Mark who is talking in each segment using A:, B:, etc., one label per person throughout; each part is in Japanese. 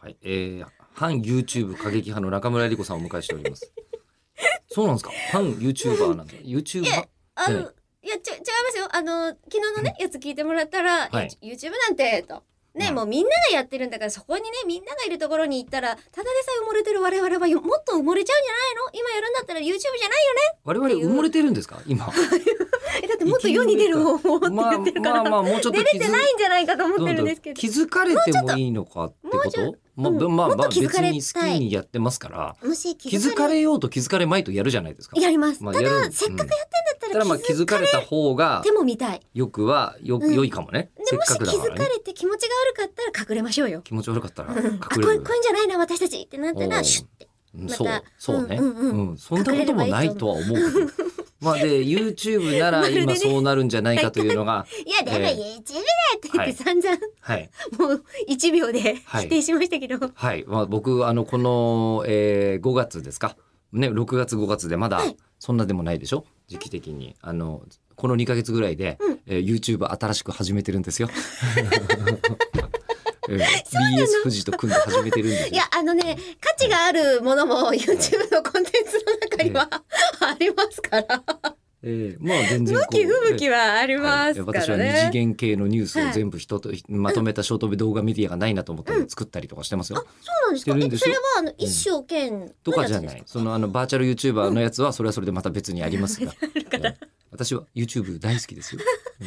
A: はい、えー、反 YouTube 過激派の中村えり子さんをお迎えしております。そうなんですか反 YouTuber なんだ。YouTuber?
B: あ
A: じゃ
B: の、いや、ちょ、違いますよ。あの、昨日のね、やつ聞いてもらったら、
A: はい
B: いや YouTube なんて、と。ね、
A: うん
B: もうみんながやってるんだから、そこにね、みんながいるところに行ったら、ただでさえ埋もれてる我々はよ、もっと埋もれちゃうんじゃないの今やるんだったら YouTube じゃないよ
A: 我々埋もれてるんですか 今。
B: ね。えだってもっと世に出る方法って
A: まあ
B: 言ってるか
A: ま
B: ら、
A: あまあ、もうちょっと
B: 出れてないんじゃないかと思ってるんですけど。
A: 気づかれてもいいのかってことまあ、
B: う
A: ま
B: ちょっと
A: あ
B: うん
A: ま
B: も
A: あ
B: っと
A: 別
B: 気づかれたい
A: に好きにやってますから、
B: もし気
A: 気
B: づ
A: づ
B: か
A: か
B: れ、
A: れようと気づかれまいとやるじゃないですか。
B: やります。
A: まあ
B: た
A: やる
B: だ、せっかくやってんだった
A: ただ
B: ら
A: まあ気
B: 気づ
A: づかれた方が
B: いて、も見たい。
A: よくは、よ、
B: うん
A: 良いかもね。
B: で、
A: せっ
B: もし
A: かくだ
B: 気
A: か
B: づ
A: ら
B: か
A: ね。
B: れて気持ちが悪かったら隠れましょうよ。
A: 気持ち悪かったら
B: うん
A: 隠
B: あ、こう
A: れ
B: いう
A: る
B: こうい。うんじゃないな、私たちってなった
A: お
B: ら、
A: う
B: シュッて。
A: うん
B: また
A: そう、そうね。
B: う
A: うんん、
B: うんうん
A: そんなこともないとは思うけ ど。まあで、YouTube なら
B: まるでね
A: 今そうなるんじゃないかというのが、
B: いや、でも
A: ええ
B: YouTube だって言って散々、
A: はい。
B: もう1秒で
A: はい
B: 否定しましたけど、
A: はい。まあ僕、あの、この、えー、5月ですか。ね、6月5月でまだ
B: はい、
A: そんなでもないでしょ時期的に。あの、この2ヶ月ぐらいで、
B: うん
A: えー YouTube 新しく始めてるん ですよ。えー BS 富士と組んで始めてるんですよ。
B: いや、あのね、価値があるものも YouTube のコンテンツの中にはありますから、
A: えーまあ全然こ
B: 向
A: う。
B: き不向きはあり
A: は
B: ま
A: い
B: すか
A: 私
B: ら
A: は二次
B: ね。
A: 元系のニュースを全部一と、まとめたショート動画メディアがないなと思ったので作ったりとかしてますよ。
B: そうなんですか
A: してるん
B: え
A: です
B: それ
A: よ
B: はあの、一生懸
A: とかじゃない。そのあのバーチャル YouTuber のやつはそれはそれでまた別にありますが。うん私は YouTube 大好きですよ。うん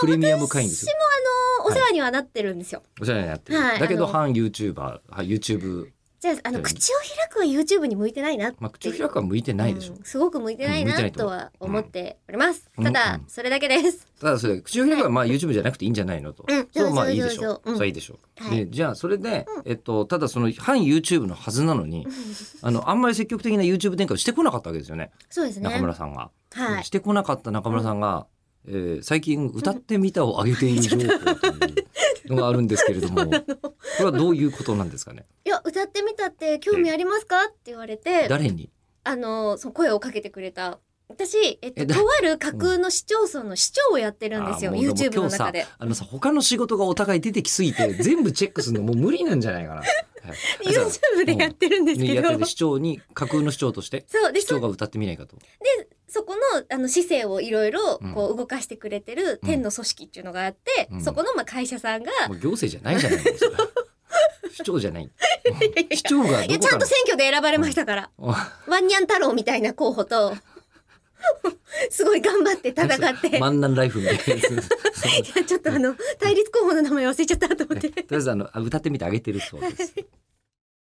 A: プレミアム会員です
B: 私
A: よ。
B: もあの、お世話にはなってるんですよ。
A: お世話になってる。
B: はい
A: だけど
B: あの
A: 反 YouTuber、はい、YouTube、
B: じゃあ、あの、
A: うん
B: 口を開くは YouTube に向いてないなっていう。
A: まあ、口を開くは向いてないでしょ。
B: うんすごく向いてない
A: うん向いてな
B: ない
A: と
B: と
A: 思う
B: は思っております。
A: うん
B: た
A: う
B: だ
A: ん、
B: それだけです。
A: ただそれ、口を開くはまあ YouTube じゃなくていいんじゃないのと。
B: うん
A: それはまあいいでし
B: そうそう
A: ょ
B: そうそううん
A: それはいいでしょう。
B: はい
A: で、じゃあそれで、えっと、ただその反 YouTube のはずなのに、あの、あんまり積極的な YouTube 展開をしてこなかったわけですよね。
B: そうですね。
A: 中村さんが。
B: はい
A: し。てこなかった中村さんが、えー最近歌ってみたを上げている情報というのがあるんですけれども、これはどういうことなんですかね。
B: いや、歌ってみたって興味ありますかって言われて、
A: 誰に。
B: あの、その声をかけてくれた。私、えっ
A: え
B: と、
A: だ
B: とある架空の市町村の市長をやってるんですよ、
A: あーもう
B: YouTube
A: も
B: の
A: う今日さ
B: 中で。
A: あのさ、他の仕事がお互い出てきすぎ て、全部チェックするのもう無理なんじゃないかな。はいあさ
B: YouTube でやってるんです
A: ね
B: け
A: やって
B: ど
A: る。市長に、架空の市長として、
B: そう、で、
A: 市長
B: そ、
A: が歌ってみないかと。
B: そこの、あの、市政をいろいろ、こ
A: う
B: う、動かしてくれてる、天の組織っていうのがあって
A: う、ん
B: そこの、まあ、会社さんが、
A: もう行政じゃないじゃないです か。市長じゃない。市長が
B: いや、
A: ど
B: ち
A: こか
B: ゃんと
A: ら。
B: 選挙で選ばれましたから、ワンニャン太郎みたいな候 補と、すごい頑張って戦って、
A: 万難ライフみたいなや つ。
B: ちょっとあの、対立候補の名前忘れちゃったと思って。
A: とりあえずあのあ歌ってみてあげてるそうです。